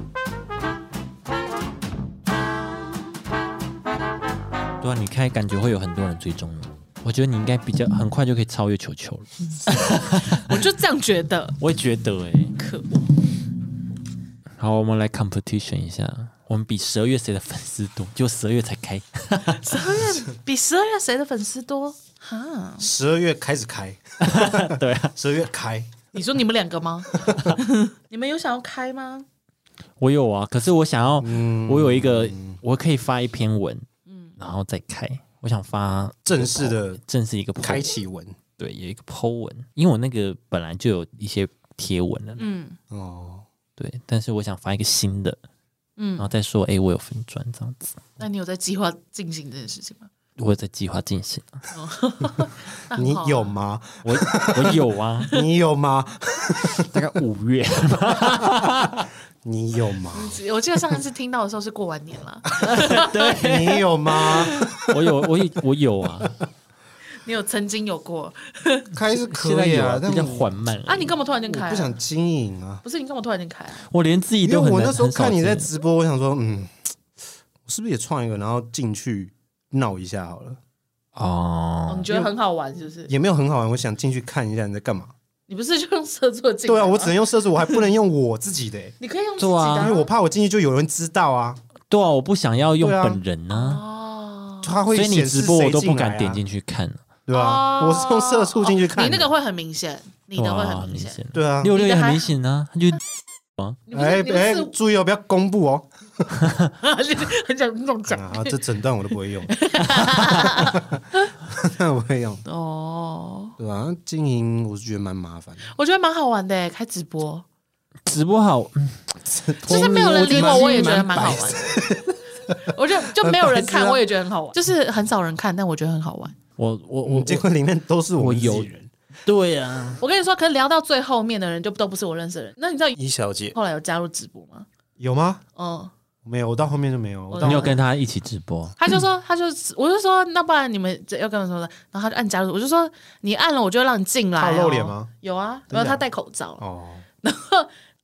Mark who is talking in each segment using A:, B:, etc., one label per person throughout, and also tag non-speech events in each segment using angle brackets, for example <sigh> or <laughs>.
A: 话，啊你看感觉会有很多人追踪你。我觉得你应该比较很快就可以超越球球了。
B: 我就这样觉得。
A: 我也觉得哎、
B: 可恶，
A: 好，我们来 competition 一下，我们比十二月谁的粉丝多，就十二月才 <laughs> 开。
B: 十二月比十二月谁的粉丝多？哈，
C: 十二月开始开，
A: <laughs> 对啊，
C: <laughs> 十二月开，
B: 你说你们两个吗？ <laughs> 你们有想要开吗？
A: 我有啊，可是我想要，我有一个，我可以发一篇文，嗯，然后再开。我想发
C: 正式的
A: 正式一个 po
C: 开启文
A: 对，有一个 Po 文，因为我那个本来就有一些贴文了，
B: 嗯，
C: 哦。
A: 对，但是我想发一个新的，嗯，然后再说，哎、我有分专这样子，
B: 那你有在计划进行这件事情吗？
A: 我有在计划进行啊，
B: 那很
C: 你
B: 好啊
C: 有吗？
A: 我 <laughs> 我有啊，
C: 你有吗？
A: 大概五月，
C: 你有吗？
B: <laughs> 我记得上一次听到的时候是过完年了，
C: 你有
B: <laughs>
C: 吗？
A: <laughs> 我有，我有，我有啊，
B: 你有曾经有过
C: 开是
A: 现
C: 可
A: 在
C: 以
A: 有
C: 啊，但
A: 比较
C: 我
A: 缓慢而已
B: 啊？你干嘛突然间开、
C: 我
B: 啊？
C: 不想经营啊，
B: 不是你干嘛突然间开、啊？
A: 我连自己
C: 因
A: 都
C: 为
A: 很
C: 我
A: 难
C: 那时候
A: 很少
C: 看你在
A: 见
C: 直播，我想说，嗯，我是不是也创一个，然后进去闹一下好了，
B: 哦，
A: 哦
B: 你，觉得很好玩是不是？
C: 也没有很好啊玩，我想进去看一下你在干嘛。
B: 你不是就用色做进来
C: 对
B: 吗？
C: 啊，我只能用设置，我还不能用我自己
B: <laughs>
C: 的、欸
B: 你可以用自己
A: 对
B: 的、
A: 啊
C: 因为我怕我进去就有人知道啊，
A: 对啊，我不想要用
C: 对啊
A: 本人呢、
B: 哦
C: 他会
A: 所以你
C: 显示
A: 直播我
C: 谁
A: 都
C: 进
A: 不
C: 来
A: 敢
C: 啊
A: 点进去看啊，
C: 对吧？
B: 哦
C: 我是用色素进去看
B: 哦
C: 的，
B: 你那个会很明显，你的会
A: 哇
B: 很明
A: 明
B: 显。
A: 显，
C: 对啊，
A: 六六
B: 你
A: 也
B: 的
A: 很
B: 还
A: 明显啊，他就
B: 你不是
C: 哎
B: 你不 <laughs>
C: 哎
B: 是，
C: 注意哦，不要公布哦。
B: 很想弄讲
C: 啊，这整段我都不会用， <laughs> 那我会用，
B: 哦。
C: 对吧、啊？经营我是觉得蛮麻烦的，
B: 我觉得蛮好玩的，欸开直播
A: 直播好，嗯
B: 就是没有人理我，
C: 蛮
B: 我也觉得蛮好
C: 蛮
B: 玩。 <laughs> 我就就没有人
C: <laughs> 蛮白痴
B: 看，
C: 啊
B: 我也觉得很好玩，就是很少人看，但我觉得很好玩。
A: 我我我
C: 我结果里面都是我
A: 我
C: 们自
A: 有
C: 己人。
A: 对啊，
B: 我跟你说，可是聊到最后面的人就都不是我认识的人。那你知道
C: 一小姐
B: 后来有加入直播吗？
C: 有吗？
B: 嗯，
C: 没有，我到后面就没有。我到
A: 你有跟他一起直播，
B: 他就
C: <clears throat>
B: 说，他就我就说，那不然你们要跟我说的，然后他就按加入，我就说你按了，我就会让你进来、哦。
C: 他有露脸吗？
B: 有啊，
C: 真的
B: 然后他
C: 假的
B: 戴口罩，
C: 哦，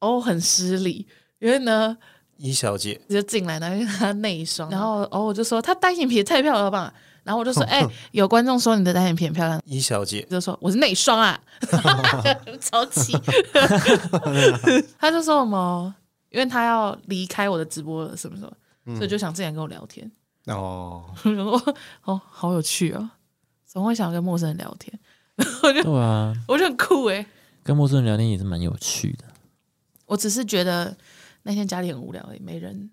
B: 哦，很失礼，因为呢
C: 一小姐
B: 就进来呢，因为他内双，然后哦我就说他单眼皮也太漂亮了 <laughs> 吧，然后我就说，哎、有观众说你的单眼皮很漂亮，
C: 一小姐，
B: 就说我是内双 <laughs> 啊，超 <laughs> 气，他就说什么，因为他要离开我的直播了，什么什么，所以就想进来跟我聊天。
C: 哦，
B: 我想说哦，好有趣哦，怎么会想要跟陌生人聊天？我就
A: 对啊，
B: 我就很酷诶、
A: 跟陌生人聊天也是蛮有趣的。
B: 我只是觉得那天家里很无聊、也没人。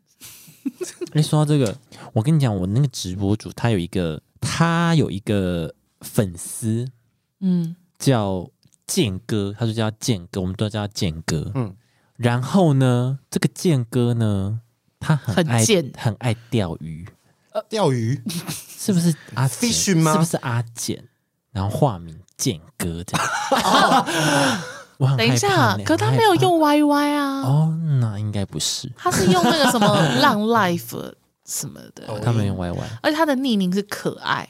A: 哎、说到这个，我跟你讲，我那个直播主他有一个，他有一个粉丝
B: 嗯，
A: 叫健哥，他就叫他健哥，我们都叫他健哥。嗯
C: 嗯，
A: 然后呢，这个健哥呢，他很
B: 很
A: 爱
B: 贱
A: 很爱钓鱼，
C: 钓鱼，
A: 是不是
C: <laughs>
A: 阿
C: Fish
A: 简
C: 吗
A: 是不是阿简？然后化名健哥这样。
B: <laughs>
A: 我很
B: 等一
A: 害怕
B: 下
A: 呢，
B: 可他
A: 很害
B: 没有
A: 怕
B: 用 YY 啊，
A: 哦，那应该不是，
B: 他是用那个什么浪 life 什么的，
C: 哦
A: 他没有 YY。
B: 而且他的匿名是可爱。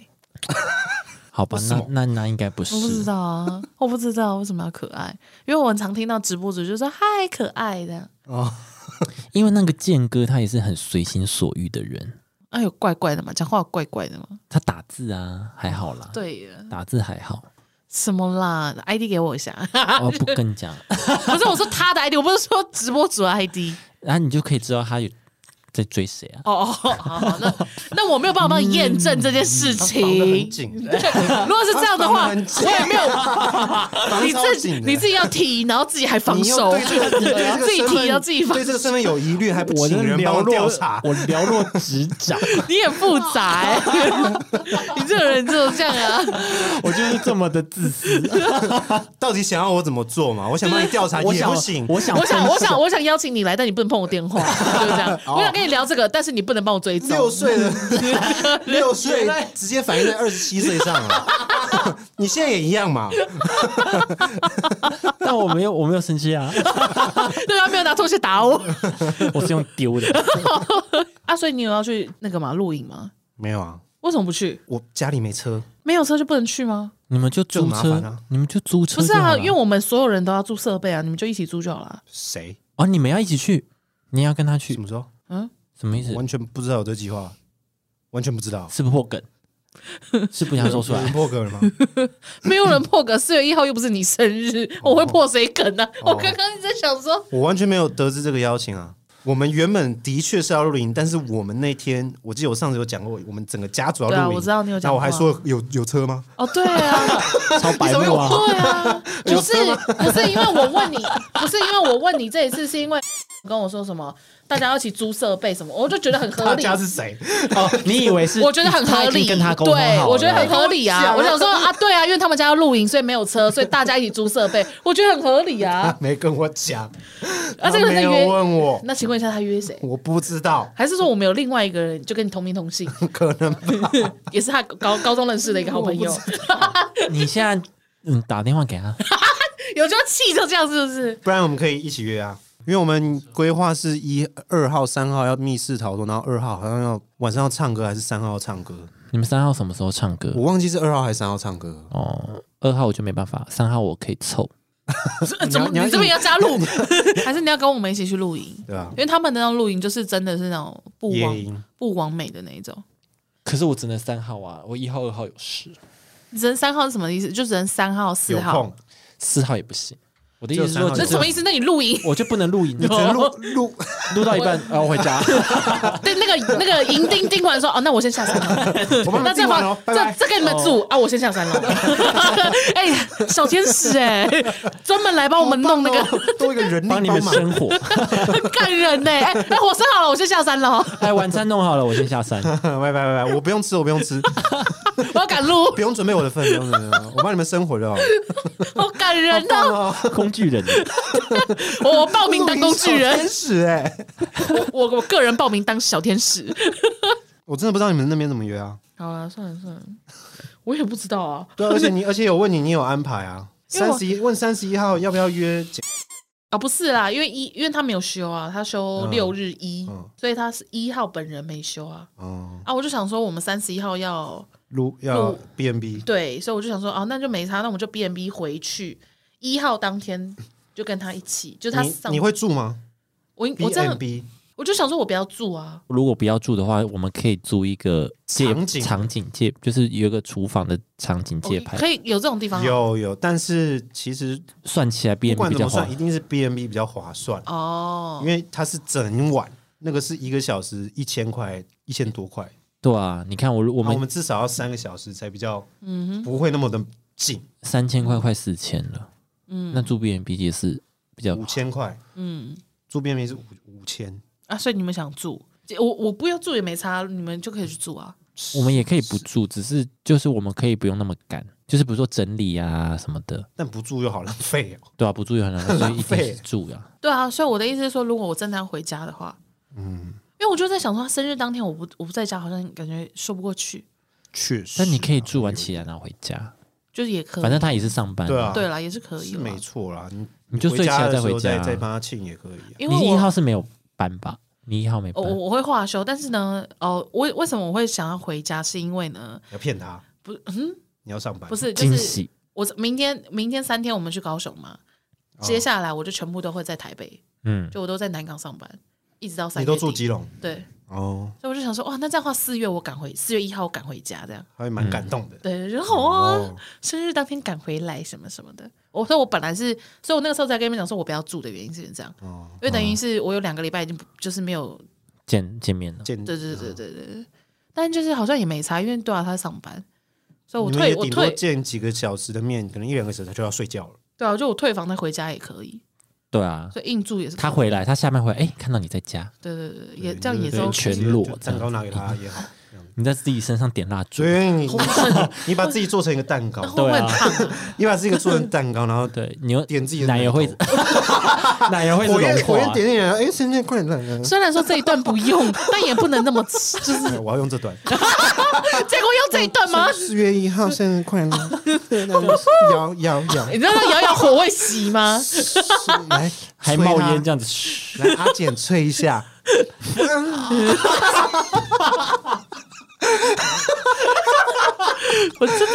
A: 好吧
C: 为，什
A: 那
C: 么
A: 那那应该不是。
B: 我不知道啊，我不知道为什么要可爱，因为我很常听到直播主就说嗨可爱的，
C: 哦，
A: 因为那个健哥他也是很随心所欲的人，
B: 哎呦怪怪的嘛，讲话有怪怪的嘛。
A: 他打字啊还好啦，
B: 对耶，
A: 打字还好，
B: 什么啦？ID 给我一下。 <laughs>
A: 哦不跟你讲，
B: 不是，我说他的 ID，我不是说直播主的 ID。
A: 然后啊你就可以知道他有在追谁啊。
B: 哦哦，好好，那 <laughs> 那我没有办法帮你验证这件事
C: 他防嗯得很
B: 情。
C: 紧，
B: <laughs> 如果是这样的话，
C: 他防得很紧
B: 我也没有。
C: 防
B: 你
C: 超
B: 自
C: 紧的
B: 你自己要提，然后自己还防
C: 你又
B: 守，
C: 对这个你对这个
B: 自己
C: 身份
B: 提，然后自己防
C: 对，这个身份有疑虑，还不
A: 我
C: 请人帮
A: 寥
C: 我
A: 落
C: 调查？
A: 我寥落指
C: <laughs>
A: 掌，
B: <laughs> 你很复杂、 <laughs> 欸。你这个人就是这样啊，
A: 我就是这么的自私。
C: 到底想要我怎么做嘛？我想帮你调查
A: <laughs> 我
C: 也
A: 想
C: 不行，
A: 我想
B: 我想
A: 分
B: 我想我想邀请你来，但你不能碰我电 <laughs> 话，就是这样。我想跟你聊这个，但是你不能帮我追踪
C: 六。岁的
B: <laughs>
C: 六岁直接反映在二十七岁上了， <laughs> 你现在也一样嘛？
A: 但我没有我没有生气
B: <laughs>
A: 啊，
B: 对啊他没有拿拖鞋打我
A: 我是用丢的。
B: <laughs> 啊，所以你有要去那个嘛录影吗？
C: 没有啊，
B: 为什么不去？
C: 我家里没车，
B: 没有车就不能去吗？
A: 你们就
C: 就
A: 租
C: 很麻
A: 车，
C: 烦啊
A: 你们就租车
B: 不是
A: 就好
B: 啊，
A: 了
B: 因为我们所有人都要租设备啊，你们就一起租就好了。
C: 谁？
A: 哦，你们要一起去，你也要跟他去
C: 什，么时候？
B: 嗯，
A: 什么意思？
C: 完全不知道有这计划，完全不知道。
B: <laughs>
A: 是不是破梗？是不想说出
C: 有人
A: 来。
C: 破格了吗？
B: 没有人破梗，四月一号又不是你生日，我会破谁梗呢、
C: 哦
B: 我刚刚一直在想说，
C: <laughs> 我完全没有得知这个邀请啊。我们原本的确是要露营，但是我们那天，我记得我上次有讲过，我们整个家族要露
B: 对啊
C: 营。
B: 我知道你有讲
C: 那我还
B: 过啊
C: 说有有车吗？
B: 哦，对啊，
A: 超白目啊！
B: 对啊，不是不是因为我问你， <laughs> 不是因为我问你这一次，是因为你跟我说什么，大家要一起租设备什么，我就觉得很合
C: 他
B: 理。
C: 家是谁？
A: 哦，你以为是？
B: 我觉得很
A: 他
B: 合
A: 已经
B: 理，
A: 跟他沟通
B: 对
A: 好了
B: 我觉得很合理啊！
C: 讲啊
B: 我想说啊，对啊，因为他们家要露营，所以没有车，所以大家一起租设备，我觉得很合理
C: 他 <laughs>
B: 啊。
C: 没跟我讲，
B: 啊，这
C: 他
B: 个人
C: 没
B: 在
C: 有
B: 约，
C: 问我，
B: 那请问一下，他约谁？
C: 我不知道，
B: 还是说我们有另外一个人，就跟你同名同姓，
C: <laughs> 可能
B: <laughs> 也是他高高中认识的一个好朋友
C: 我，
A: 你现在嗯打电话给他，
B: 有时候气就这样，是不是？
C: 不然我们可以一起约啊，因为我们规划是一二号、三号要密室逃脱，然后二号好像要晚上要唱歌，还是三号要唱歌？
A: 你们三号什么时候唱歌
C: 我？忘记是二号还是三号唱歌了。
A: 哦，二号我就没办法，三号我可以凑。
B: 怎么
C: 你要
B: 你这边要加入？ <laughs> 还是你要跟我们一起去露营？
C: 对吧
B: 因？为他们那种露营就是真的是那种不
C: 夜
B: 完
C: 营
B: 不完美的那一种。
A: 可是我只能三号啊，我一号、二号有事，
B: 人三号是什么意思？就人三号、四
C: 有
B: 号，
C: 空
A: 四号也不行。我的意思是
C: 只有
A: 说，
B: 那
C: 三号有
B: 什么意思？那你露营 <laughs>
A: 我就不能录影，
C: 你只能录录，
A: <laughs> 录到一半，然后回
C: <laughs>
A: 家。
B: 对那个那个银钉钉完说哦，那我先下山了。
C: <laughs> 我
B: 那
C: 帮你们
B: 这
C: 订
B: 房
C: 完哦，拜
B: 这
C: 拜。
B: 这给你们住啊，我先下山了。 <laughs> 哎，小天使哎，专门来帮我们弄那个
C: 多一个人力
A: 帮你们
C: 帮忙，
A: 生火，
C: 哦
B: <laughs> 感人呢。哎哎，火生好了，我先下山了哦，
A: <laughs> 哎，晚餐弄好了，我先下山。
C: <laughs> 拜拜拜拜，我不用吃，我不用吃，
B: 我要赶路，
C: 不用准备我的份，不用准备我的份，我帮你们生火就好了。
B: 好感人
C: 棒
B: 哦。
C: 哦，
A: 工具人，
B: 我报名当工具
C: 录音小
B: 人
C: 天，使哎，
B: 我我个人报名当小天使。
C: 我真的不知道你们那边怎么约啊。
B: 好了，算了算了， <laughs> 我也不知道啊。
C: 对，而且你而且有问你，你有安排啊？
B: 因为
C: 三
B: 我
C: 十一问三十一号要不要约姐？
B: 啊，不是啦，因为一，因为他没有休啊，他休
C: 嗯
B: 六日一、
C: 嗯
B: 所以他是一号本人没休啊。
C: 哦，
B: 啊，我就想说我们三十一号要
C: 录要
B: 录
C: B N B。
B: 对，所以我就想说啊，那就没差，那我们就 B N B 回去，一号当天就跟他一起，就是他
C: 你
B: 上
C: 你会住吗
B: 我
C: ？B
B: 我这
C: N
B: 样
C: B
B: 我就想说我不要住啊，
A: 如果不要住的话，我们可以租一个界
C: 场景
A: 场景界，就是有一个厨房的场景
B: 我
A: 界
C: 哦
A: 牌，
B: 可以有这种地方啊
C: 有有，但是其实
A: 算起来 B
C: 不
A: M
C: 管
A: 比
C: 怎
A: 较
C: 么
A: 划
C: 算，一。定是 B N B 比较划算，因
B: 哦，
C: 为它是整晚，那个是一个小时一千块，一千多块，
A: 对啊，你看我我
C: 我们我
A: 们
C: 们至少要三个小时才比较，
B: 嗯
C: 不会那么的紧，
A: 三千块快四千了，嗯，那住 B M B 也是比较
C: 五千块
B: 嗯
C: 住 B N B 是五五千，
B: 啊，所以你们想住，我我不要住也没差，你们就可以去住啊。
A: 我们也可以不住，只是就是我们可以不用那么赶，就是比如说整理啊什么的，
C: 但不住又好浪费哦。
A: 对啊，不住也很
C: <laughs>
A: 难，所以一定
C: 费
A: 是住呀、啊。
B: 对啊，所以我的意思是说，如果我真的要回家的话，
C: 嗯，
B: 因为我就在想说，他生日当天我不我不在家，好像感觉说不过去，
C: 确实。啊
A: 但你可以住完起来然后回家，
B: 就是也可以。
A: 反正他也是上班、
C: 对啊
B: 对啦，也是可以
C: 是
B: 啦。
C: 没错啦，你
A: 你就
C: 回
A: 睡起
C: 家
A: 来
C: 的
A: 再
C: 时
A: 回
C: 候
A: 家
C: 再
A: 啊。
C: 再帮他庆也可以啊。
B: 因为
A: 你一
B: 我
A: 号是没有班吧？你一号没
B: 我
A: 班，
B: 我我会化休，但是呢，哦，我为什么我会想要回家？是因为呢，
C: 你要骗他，
B: 不，
C: 嗯，你要上班，
B: 不是，就
A: 惊
B: 是
A: 喜
B: 我明天明天三天我们去高雄嘛，
A: 哦
B: 接下来我就全部都会在台北，
A: 嗯，
B: 就我都在南港上班，一直到三
C: 你
B: 月底。
C: 都住基隆
B: 对，
C: 哦，
B: 所以我就想说，哇，那这样的话，四月我赶回，四月一号我赶回家，这样
C: 还蛮感动的。
B: 对，然后啊，
C: 哦，
B: 生日当天赶回来什么什么的。我说我本来是，所以我那个时候在跟你们讲说我不要住的原因是这样，
C: 哦
B: 因为等于是我有两个礼拜已经不就是没有，
A: 见见面了。
C: 见
B: 对对对对对对，但就是好像也没差，因为对啊，他在上班，所以我
C: 你们也
B: 退我
C: 顶多
B: 退，
C: 见几个小时的面，可能一两个小时就要睡觉了。
B: 对啊，就我退房再回家也可以，
A: 对啊，
B: 所以硬住也是可以
A: 他，回来，他下班回来，哎、看到你在家，
B: 对对对，对也这样也是
C: 你就
A: 对
B: OK，
A: 全裸
C: 就蛋糕拿给他也好，这样
A: 你在自己身上点蜡烛
C: <laughs> 所，以你 <laughs> 你把自己做成一个蛋糕
B: 那，会不会很烫啊？
C: 你把自己做成蛋糕，然后
A: 对，你又
C: 点自己的
A: 奶油会
C: 奶，
A: <laughs> 奶油会
C: 火焰
A: 融
C: 火
A: 化啊
C: 焰点点，哎，现在快点，
B: 虽然说这一段不用，但也不能那么吃， <laughs> 就是啊
C: 哎我要用这段。
B: 结果用这一段
C: <laughs>
B: 吗？
C: 四月一号生日快乐， <laughs> 摇摇
B: <laughs>
C: 摇
B: <laughs> 你，知道那摇摇火会熄吗？
C: 来
A: 还冒烟这样子，嘘
C: 来阿简吹一 <laughs> 下。
B: 我真的，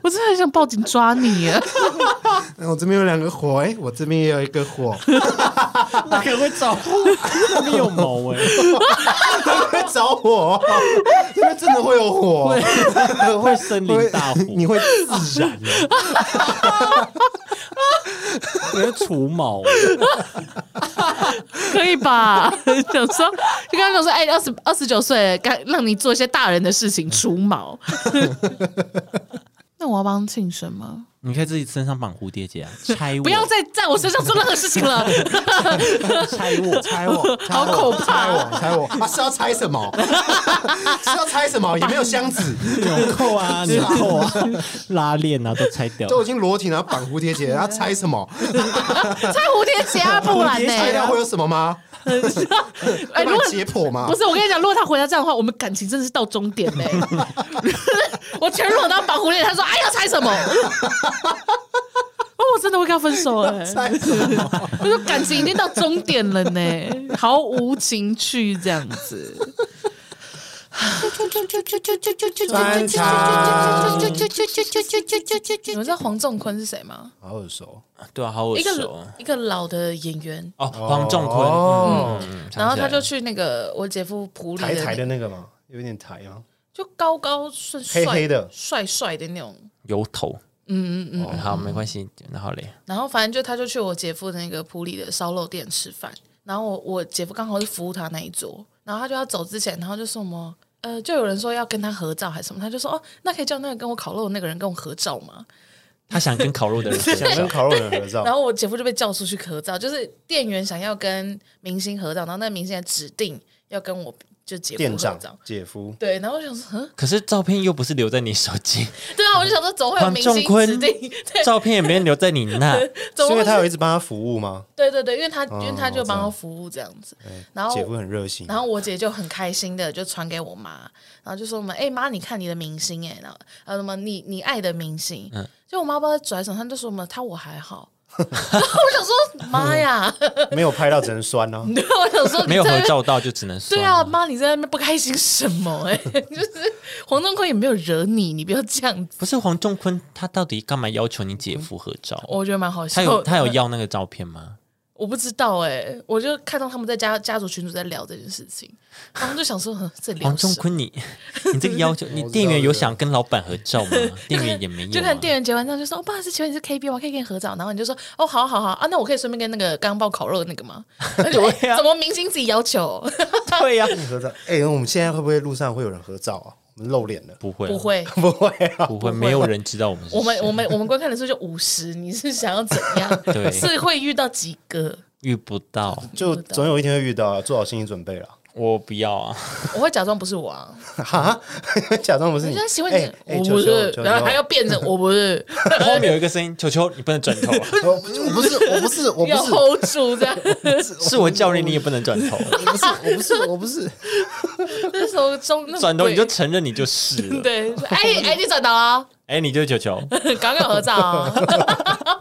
B: <laughs> 我真的很想报警抓你耶！啊
C: 我这边有两个火，哎、我这边也有一个火， <laughs>
A: 那个会找那边有毛哎、
C: 那边着火，那边真的会有火，
A: 会 <laughs> 会森林大火，
C: 你会
A: 自燃欸，我要除毛欸，
B: 可以吧？ <laughs> 想说，就刚刚说，哎、2二十二十九岁，该让你做一些大人的事情，除毛。 <laughs> 那我要帮庆生吗？
A: 你可以自己身上绑蝴蝶结啊，拆我，
B: 不要再在我身上做任何事情
C: <laughs>
B: 了。
A: 拆我，
C: 拆我，
B: 好恐怖
C: 拆我，拆我，啊是要拆什么？ <laughs> 是要拆什么？也没有箱子，
A: 纽扣 <laughs> 啊，纽扣啊，拉链啊都拆掉，
C: 都已经裸体了，绑蝴蝶结，要拆什么？
B: 拆蝴蝶结啊，不然呢、
C: <laughs> 拆掉会有什么吗？
B: 哎、
C: 要
B: 如果
C: 把解剖吗
B: 不？是我跟你讲，如果他回答这样的话，我们感情真的是到终点嘞、 <laughs> 我全裸到绑蝴蝶，他说：“哎，要猜什么？” <laughs> 哦，我真的会跟他分手哎、
C: 拆什么？
B: 我说感情已经到终点了呢，毫无情趣这样子。
C: 穿插
B: 你们知道黄仲坤是谁吗？
C: <laughs> 好耳熟，
A: 对啊，好耳
B: 一
A: 熟
B: 个
A: 哦
B: 一个老的演员，
A: 哦，黄仲坤，
C: 哦
A: 嗯
B: 然后他就去那个我姐夫普里
C: 台
B: 的
C: 台
B: 那
C: 的，那个嘛，有点台啊，
B: 就高高帅
C: 黑黑的
B: 帅帅的那种。
A: 油头，
B: 嗯嗯嗯。
A: 嗯，好，没关系，然后嘞，
B: 然后反正就他就去我姐夫的那个普里的烧肉店吃饭，然后我我姐夫刚好是服务他那一桌，然后他就要走之前，然后就说什么呃，就有人说要跟他合照还是什么，他就说哦，那可以叫那个跟我烤肉的那个人跟我合照吗？
A: 他想跟烤肉 <laughs> 的人合
C: 想跟
A: 照，
C: 烤肉人合
B: <laughs>
C: 照
B: 然。后我姐夫就被叫出去合照，就是店员想要跟明星合照，然后那个明星还指定要跟我就姐夫
C: 店
B: 合
C: 长
B: 照。
C: 姐夫，
B: 对，然后我想说， <laughs> 嗯，
A: 可是照片又不是留在你手
B: <laughs>
A: 机，
B: 对啊，我就想说，总会有明星
A: 黄仲坤
B: 指定，对，
A: 照片也没留在你
B: <laughs>
A: 那，
B: 总
C: 是因
B: 会
C: 为他有一直帮他服务吗？
B: <laughs> 对对对，因为他、因为他就
C: 我知道
B: 帮他服务这样子，然后
C: 哎姐夫很热心，
B: 然后我姐就很开心的就传给我妈，然后就说我们哎妈，你看你的明星哎，然后呃什么你你爱的明星，
A: 嗯
B: 就我妈不知道在拽什么，她就说什么她我
A: <laughs>
B: 还好，然后我想说妈呀，
C: 没有拍到只能酸 <laughs> 哦。
B: 然后我想说你
A: 嗯没有
B: 在那
A: 合
B: 边
A: 照到就只能算
B: 对
A: 了
B: 啊，妈你在那边不开心什么哎、就是黄宗坤也没有惹你，你不要这样子，
A: 不是黄仲坤，他到底干嘛要求你姐夫合照？
B: 我觉得蛮好笑
A: 他
B: 的。
A: 有他有要那个照片吗？
B: <laughs> 我不知道哎、我就看到他们在家家族群组在聊这件事情，然后就想说哼这聊
A: 黄
B: 什
A: 仲
B: 么。
A: 坤，你 <laughs> 你这个要
C: <laughs>
A: 求，你店员有想跟老板合照吗？ <laughs> 店员也没有啊，
B: 就跟店员结完账就说：“哦，不好意思，请问你是 KB 吗？可以跟你合照。”然后你就说：“哦，好好好啊，那我可以顺便跟那个刚爆烤肉的那个
A: <laughs>
B: 吗？”
A: 对呀
B: 怎么明星自己要求？
A: 对啊呀，
C: 合照，哎、我们现在会不会路上会有人合照啊？我们露脸了，
A: 不会啊
B: 不会，
C: <laughs> 不会啊，
A: 不会，没有人知道我们是
B: 我们
A: 谁
B: 我们我们观看人数就五十，你是想要怎样？
A: <laughs> 对
B: 是会遇到几个？
A: 遇不到，啊
C: 就总有一天会遇到啊，做好心理准备了。
A: 我不要啊！
B: 我会假装不是我啊，
C: <laughs> 哈， <laughs> 假装不是
B: 我
C: 你
B: 就在喜，欢
C: 哎
B: 你，
C: 哎，
B: 我
C: 球
B: 不是，
C: 球
B: 然后还要
C: 球
B: 变
A: <laughs>
B: 成我不是，
A: 后面有一个声音，球球，你不能转 <laughs> 头啊，
C: 球我我不是，我不是，我
B: 要
C: 不是，
B: hold 住这样。
A: 是我叫你，你也不能转头，啊
C: 我不是，我不是，我不是，
B: 那时候中那
A: 转头你就
B: 鬼
A: 承认你就是了。<laughs>
B: 对，说哎哎，你转头啊， <laughs>
A: 哎，你就是球球，
B: 赶快合照啊！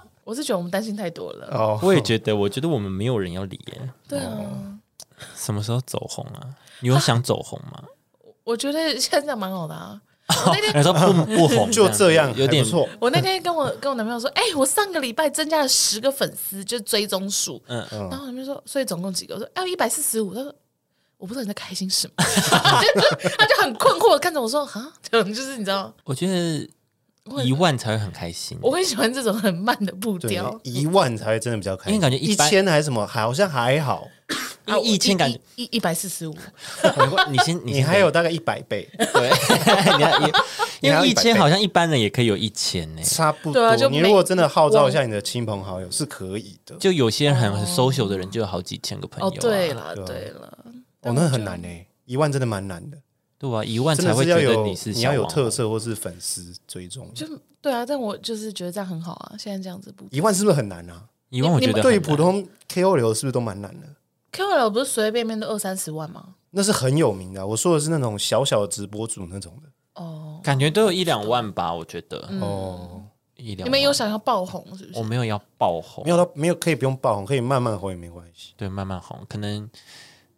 A: <laughs>
B: 我是觉得我们担心太多了，
C: <laughs> 哦，
A: 我也觉得，我觉得我们没有人要理耶。
B: 对啊。
A: 哦什么时候走红啊？你有想走红吗？
B: 我觉得现在这样蛮好的啊。我那天
A: 你说
C: <laughs>
A: 不不红，
C: 就这样，
A: 有点
C: 还不错。
B: 我那天跟我跟我男朋友说，哎、我上个礼拜增加了十个粉丝，就追踪数。
A: 嗯
B: 然后我男朋友说，所以总共几个？我说，哎、一百四十五。他说。我不知道你在开心什么， <laughs> 就是他就很困惑地看着我说：“啊，就是你知道，
A: 我觉得一万才会很开心，
B: 我很喜欢这种很慢的步
C: 对
B: 调，，
C: 一万才真的比较开
A: 因为
C: 心，
A: 感觉
C: 一
A: 一般
C: 千还是什么，好像还好。
A: 因为啊一千感觉
B: 啊一一百四十五，
A: 你先你
C: 哦你
A: 先
C: 还有大概一百倍，
A: 对，你还也
C: 你
A: 因
C: 还有
A: 为一
C: 100
A: 千
C: 倍
A: 好像一般人也可以有一千呢，
C: <laughs> 差不
B: 对啊就
C: 多。你
B: 每
C: 如果真的号召一下你的亲朋好友是可以的。
A: 就有些人很很 social 的人就有好几千个朋友
B: 哦，
A: 啊，
B: 对了，
C: 对啊
B: 对了，
C: 哦，那很难呢，一万真的蛮难的，
A: 对啊，一万
C: 真
A: 才
C: 的
A: 会
C: 是
A: 觉
C: 要
A: 得
C: 有
A: 是
C: 你
A: 小
C: 要有
A: 网红
C: 特色或是粉丝追踪，
B: 就对啊，但我就是觉得这样很好啊，现在这样子步
C: 一万是不是很难啊？
A: 一万，我觉
B: 你
A: 得
C: 对于
A: 很
C: 普
A: 难
C: 通 KO 流是不是都蛮难的？
B: KOL 不是随随便便都二三十万吗？
C: 那是很有名的啊、我说的是那种小小的直播主那种的。
B: 哦，
A: 感觉都有一两万吧，我觉得嗯
C: 哦，
A: 一两万。
B: 嗯你们有想要爆红是不
A: 啊我
B: 是？
A: 没有要爆红
C: 没，有到没有可以不用爆红，可以慢慢红也没关系。
A: 对，慢慢红，可能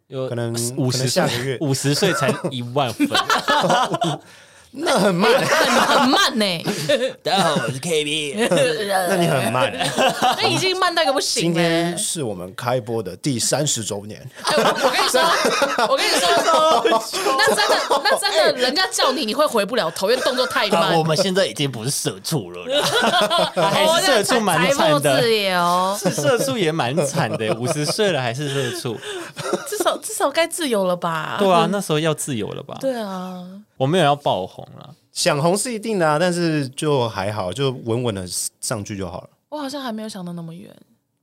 A: 有
C: 可能
A: 五十
C: 可
A: <laughs>
C: 能下个月 <laughs>
A: 五十岁才一万粉，
D: 那很慢，
B: 很很慢呢、
A: <laughs> 大家好，我是
B: <laughs>
A: KB。
C: 那你很慢。啊
A: <laughs>
B: 那已经慢到一个不行
C: 今
B: 了、
A: 啊
C: 天是我们开播的第三十周年，
B: 哎我我跟你
C: <laughs>
B: 说，我跟你说，那真的，那真的，人家叫你，你会回不了头，因为动作太慢。
A: 我们现在已经不是社畜了
C: <laughs>
A: 啦，
B: 哦
A: 啊还是社畜蛮
B: 财
A: 惨
B: 富
A: 的，
B: 自由，
A: 是社畜也蛮惨 <laughs> 的，五十岁了还是社畜。
B: 至少至少该自由了吧？
A: <laughs> 对啊，那时候要自由了吧？
B: 嗯对啊，
A: 我没有要爆红了。
C: 想红是一定的、啊，但是就还好，就稳稳的上去就好了。
B: 我好像还没有想到那么远。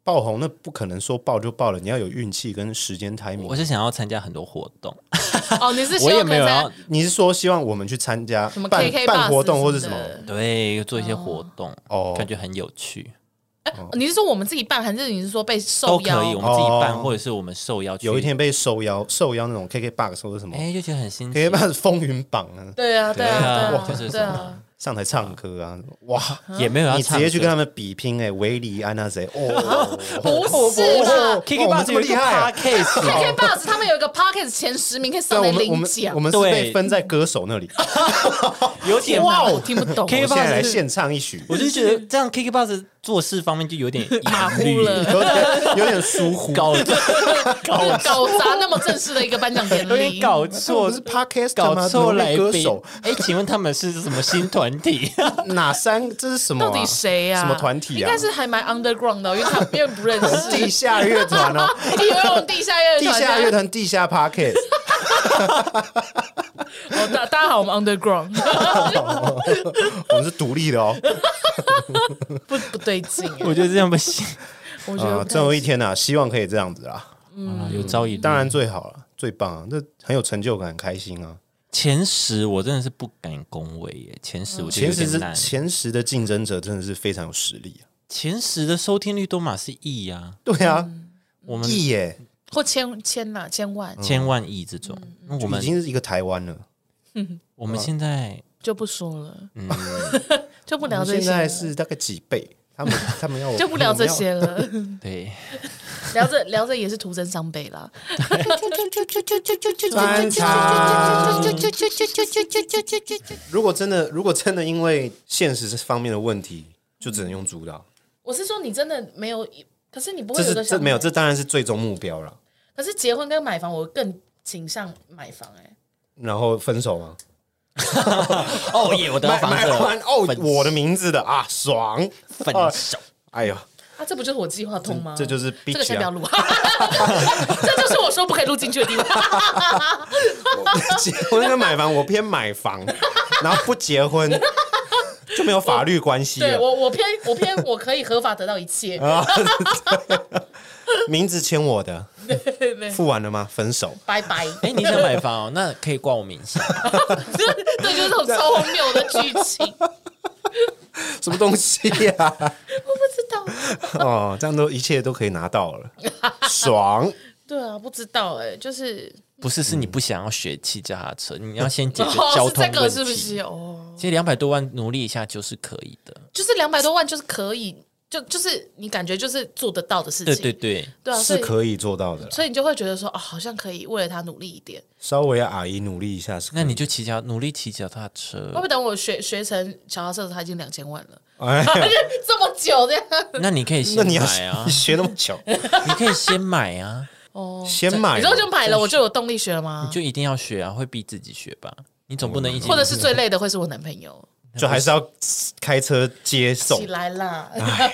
C: 爆红那不可能说爆就爆了，你要有运气跟时间 timing。
A: 我是想要参加很多活动，
B: 哦，你是希
A: 我
B: 望
A: 也没有
B: 可以
A: 要
B: 在
C: 你是说希望我们去参加
B: 什么
C: 办
B: KK
C: 办活动
B: bus
C: 或者什
B: 什
C: 么
B: 么？的
A: 对，做一些活动，
C: 哦
A: 感觉很有趣，
B: 哎你是说我们自己办，还是你是说被
A: 哦都
B: 受邀
A: 可以，我？们自己办，
C: 哦
A: 或者是我们受邀去。
C: 有一，天被受邀受邀那种 KK box 或者什么、
A: 哎，就觉得很新
C: KK
A: 奇。
C: box 风云榜啊，
B: 对啊，对啊，
A: 对
B: 对
A: 啊就是
B: 啊，对
A: 什
B: 啊
A: 么。
C: 上台唱歌啊，哇！
A: 也没有要
C: 你直接去跟他
A: 们。
C: 们比拼哎、维里安那谁哦，
B: 不是啦
A: K
C: 哦哦
A: K
C: 我
A: 爸
C: 们这么厉害啊。
A: case，哦
B: <laughs> KK Bus 他们有一个 Pocket 前十名可以
C: 对，
B: 上来
C: 我们我
B: 领
C: 们
B: 奖
C: 我。们是被
A: 对
C: 分在歌手那里，
A: 有点
B: 天哪，我听不懂。
C: 我
A: K-
C: 们现在
A: KKBOX
C: 来
A: 是
C: 现唱一曲，
A: 我就觉得这样 K K Bus 做事方面就有点
B: 马
A: 疑
B: 虎
A: 虑，
B: 了，
C: 有点有点疏忽。
A: 搞
B: <laughs> 搞砸那么正式的一个颁奖典
A: 有点
B: 礼，
A: 搞
C: 这不
A: 错
C: 是 podcast
A: 搞错来
C: 歌
A: 宾
C: 手。
A: 哎，请问他们是什么新团体？
C: <laughs> 哪三？这是什么啊、
B: 到底谁呀？
C: 什么团体啊？
B: 应该是还蛮 underground 的，因为他 <laughs> 因为不认识。
C: <laughs> 地下乐团哦，
B: 以为我们地下乐
C: 地
B: 团，
C: 下乐团，地下 podcast。
B: 哦，大大家好，我们 underground
C: 我们是独立的哦。
B: 不不对劲，
A: 我觉得这样不行，
B: <laughs> 我觉
C: 啊，
B: 得
C: 总有一天呐、啊，希望可以这样子啦。
B: 嗯
A: 好啦有朝一日。
C: 当然最好了，最棒啊，这很有成就感，很开心啊。
A: 前十我真的是不敢恭维耶，前十我觉得
C: 嗯前
A: 有
C: 十
A: 点
C: 是
A: 难。
C: 前十的竞争者真的是非常有实力啊。
A: 前十的收听率都嘛是亿啊，
C: 对啊，
A: 我们
C: 亿耶，
B: 或千千呐，千万
C: 嗯
A: 千万亿这种，那我
C: 已
A: 们
C: 经是一个台湾了。
A: 我们现在
B: 就不说了， <laughs> 就不
C: 嗯我
B: 聊
C: 们
B: 这
C: 现
B: 些
C: 在
B: 了，
C: 是大概几倍？他们他们要我
B: 就不聊这，些了，
A: 对
B: <laughs> 聊着聊着也是徒增伤悲啦。
C: 翻唱。如果真的，如果真的因为现实这方面的问题，就只能用主导。
B: 我是说，你真的没有，可是你不
C: 这
B: 会有一
C: 是
B: 个
C: 这
B: 想法
C: 没有，这当然是最终目标了。
B: 可是结婚跟买房，我更倾向买房哎、
C: 然后分手吗？
A: 哦耶，我得到
C: 买
A: 房子
C: 买完
A: 了，
C: 哦
A: 分，手
C: 我的名字的啊，爽！
A: 分手，
C: 哎呦，
B: 啊，这不就是我计划通吗？
C: 这就是 bitch 啊
B: 这个先不要录， <laughs> 这就是我说不可以录进去的地方。
C: 我 <laughs> 结婚跟买房，我偏买房， <laughs> 然后不结婚 <laughs> 就没有法律关系
B: 对
C: 了。
B: 我，我偏我偏我可以合法得到一切。 <laughs>
C: 名字签我的，付完了吗？分手。
B: 拜拜， <laughs>
A: 哎，你想买房哦，那可以挂我名下，
B: 对，就是这种超荒谬的剧情， <laughs> 我
C: 什么东西啊呀、
B: 不知道。
C: <laughs> 哦，这样都一切都可以拿到了，
B: <laughs>
C: 爽！
B: 对啊，不知道哎、就是
A: 不是是你不想要学汽脚踏车，你要先解决交
B: 哦，
A: 通
B: 是这
A: 问
B: 个是不
A: 题
B: 是。哦？
A: 其实两百多万努力一下就是可以的，
B: 就是两百多万就是可以，就就是你感觉就是做得到的事情。
A: 对对对，
B: 对啊，所
C: 是
B: 以
C: 可以做到的啦，
B: 所以你就会觉得说，哦，好像可以为了他努力一点。
C: 稍微啊阿姨努力一下是可以。
A: 那你就骑脚努力骑脚踏车
B: <laughs> 会不，会等我学学成小哈社，他已经两千万了，
C: 哎，
B: <laughs> 这么久这样？
A: 那你可以
C: 那
A: 先
C: <laughs> 你要，
A: 买啊
C: 学那么
B: <laughs>
C: 久，
A: 你可以先买啊，
B: 哦，
C: 先买
B: 你
C: 嘛
B: 说就买了，我就有动力学了吗
A: 你？就一定要学啊，会逼自己学吧，你总不能一起
B: 或者是最累的会是我男朋友。
C: 就还是要开车接送
B: 起。来啦，
C: 啊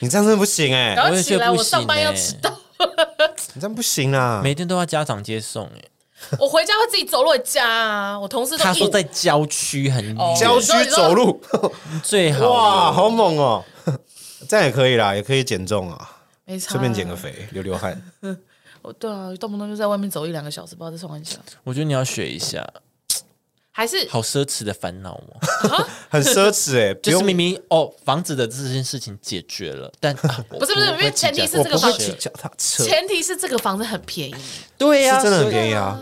C: 你这样真的不行哎、
B: 然
A: 我
B: 后
A: 也
B: 起
A: 觉得
B: 来，
A: 不
B: 我上班
A: 行
B: 要
A: 欸
B: 迟到，
C: 你这样不行啊！
A: 每天都要家长接送哎、
B: <laughs> 我回家会自己走路回家啊。我同事都
A: 他说
B: 硬
A: 在郊区很远， <laughs>
B: 哦
C: 郊区走路，
A: 最好
C: <laughs>
A: <laughs>
C: 哇，好猛哦！这样也可以啦，也可以减重啊，
B: 没差，
C: 顺便减个。肥，流流
A: <laughs>
C: 汗。
B: 我对啊，动不动就在外面走一两个小时，不知道在开玩笑，
A: 我觉得你要学一下，
B: 还是
A: 好奢侈的烦恼哦。
C: 很奢侈哎、
A: <laughs>
C: 不
A: 就是
C: 用
A: 明明哦，房子的这件事情解决了，但、啊、不
B: 不是不是因为前提是
C: 我
B: 这个
C: 不
B: 房
C: 会
B: 子
C: 骑脚踏车，
B: 前提是这个房子很便宜，
A: 对呀、
C: 是真的很
A: 所以
C: 便宜啊。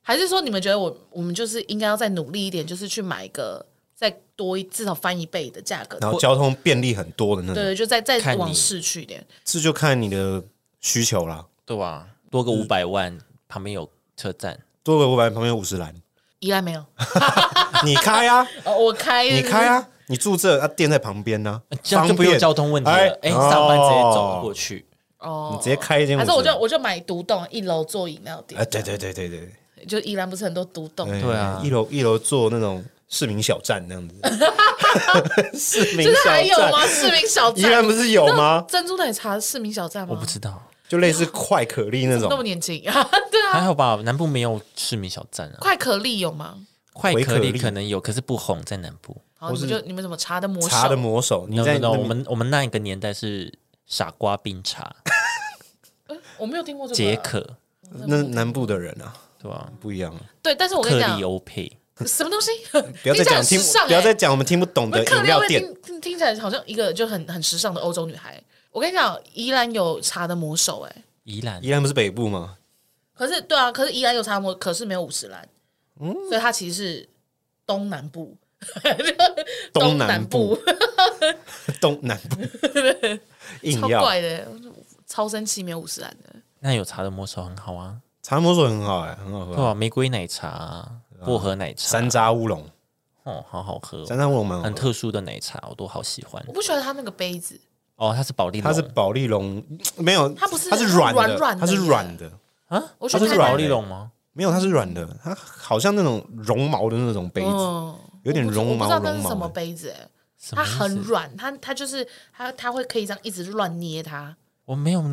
B: 还是说你们觉得我我们就是应该要再努力一点，就是去买一个再多一至少翻一倍的价格，
C: 然后交通便利很多的那种，
B: 对，就再再
A: 看你
B: 往市区一点。
C: 这就看你的需求啦。
A: 对吧、多个五百万，旁边有车站， <laughs>
C: <laughs> 多个五百，旁边有五十栏，
B: 宜兰没有，
C: 你开啊，
B: 哦我开，
C: 你开啊，你住这啊，店在旁边呢，
A: 呃这样就
C: 方
A: 不用
C: 便哦
A: 交通问题了。哎，上班直接走过，去，
B: 哦，
C: 哦你直接开一间五
B: 还
C: 十，
B: 是我就我就买独栋一楼做饮料店
C: 哎，，对对对对对，
B: 就依然不是很多独栋，
C: 哎
A: 对啊
C: 一楼一楼做那种市民小站那样
B: <laughs>
C: 子，市民
B: 现在还有
C: 小站
B: 吗？市民小
C: 依然
B: 站
C: 不是有吗？
B: 珍珠奶茶市民小站吗？
A: 我不知道，
C: 就类似快可丽那
B: 那么
C: 种，
B: 年轻 <laughs> 啊，对啊，
A: 还好吧？南部没有市民小站啊，
B: 快可丽有吗？
A: 快
C: 回
A: 可
C: 可
A: 力
C: 力
A: 可能有，可是不红在南部。
B: 好，你们就你们怎么茶的魔
C: 茶的
B: 手？
C: 魔手，你
A: no
C: 在
A: no no，
C: 那
A: 我们我们那一个年代是傻瓜冰
C: <laughs>
A: 茶、
B: 我没有听过这个啊
A: 解渴，
C: 那南部的人啊，
A: 对吧？
C: 不一样。
B: 对，但是我跟
A: 克
B: 你讲
A: 里，欧佩，
B: 什么东西？
C: <laughs> 不要
B: 听
C: 再讲听
B: 起来很时尚，
C: 不要
B: 欸
C: 再讲我们听不懂
B: 不
C: 的
B: 是克
C: 饮
B: 里欧
C: 料
B: 佩
C: 店。
B: 听听听起来好像一个就很很时尚的欧洲女孩。我跟你讲，宜兰有茶的魔手、欸，哎，
A: 宜兰
C: 宜兰不是北部吗？
B: 可是对啊，可是宜兰有茶魔，可是没有五十岚，
C: 嗯
B: 所以它其实是东南部，
C: 东
B: 南
C: 南部， <laughs> 东南部
B: <laughs>
C: 硬
B: 超
C: 要
B: 怪的、欸，超生气没有五十岚的。
A: 那有茶的魔手很好啊，
C: 茶魔手很好哎，很好
A: 对
C: 喝啊。
A: 吧？玫瑰奶茶啊、薄荷奶茶，
C: 山楂乌龙，
A: 哦，好好喝哦，
C: 山楂乌龙蛮好
A: 很
C: 喝。
A: 特殊的奶茶，我都好喜欢
B: 我。不喜欢它那个杯子，
A: 哦，它是保利龙，
C: 它是宝丽龙，没有，
B: 它不是
C: 它是软
B: 软软的
C: 它是
B: 耶
C: 软的，
A: 啊，
B: 我觉
A: 它
B: 得
A: 是
B: 它
A: 保利龙吗？
C: 没有，它是软的，它好像那种绒毛的那种杯子，
B: 嗯，
C: 有点
B: 我不知
C: 绒毛
B: 我不知道那
C: 绒
B: 是
C: 毛
B: 什么
C: 的
B: 杯子、欸，
A: 什么
B: 它
A: 意思
B: 很软，它它就是它它会可以这样一直乱捏它，
A: 我没有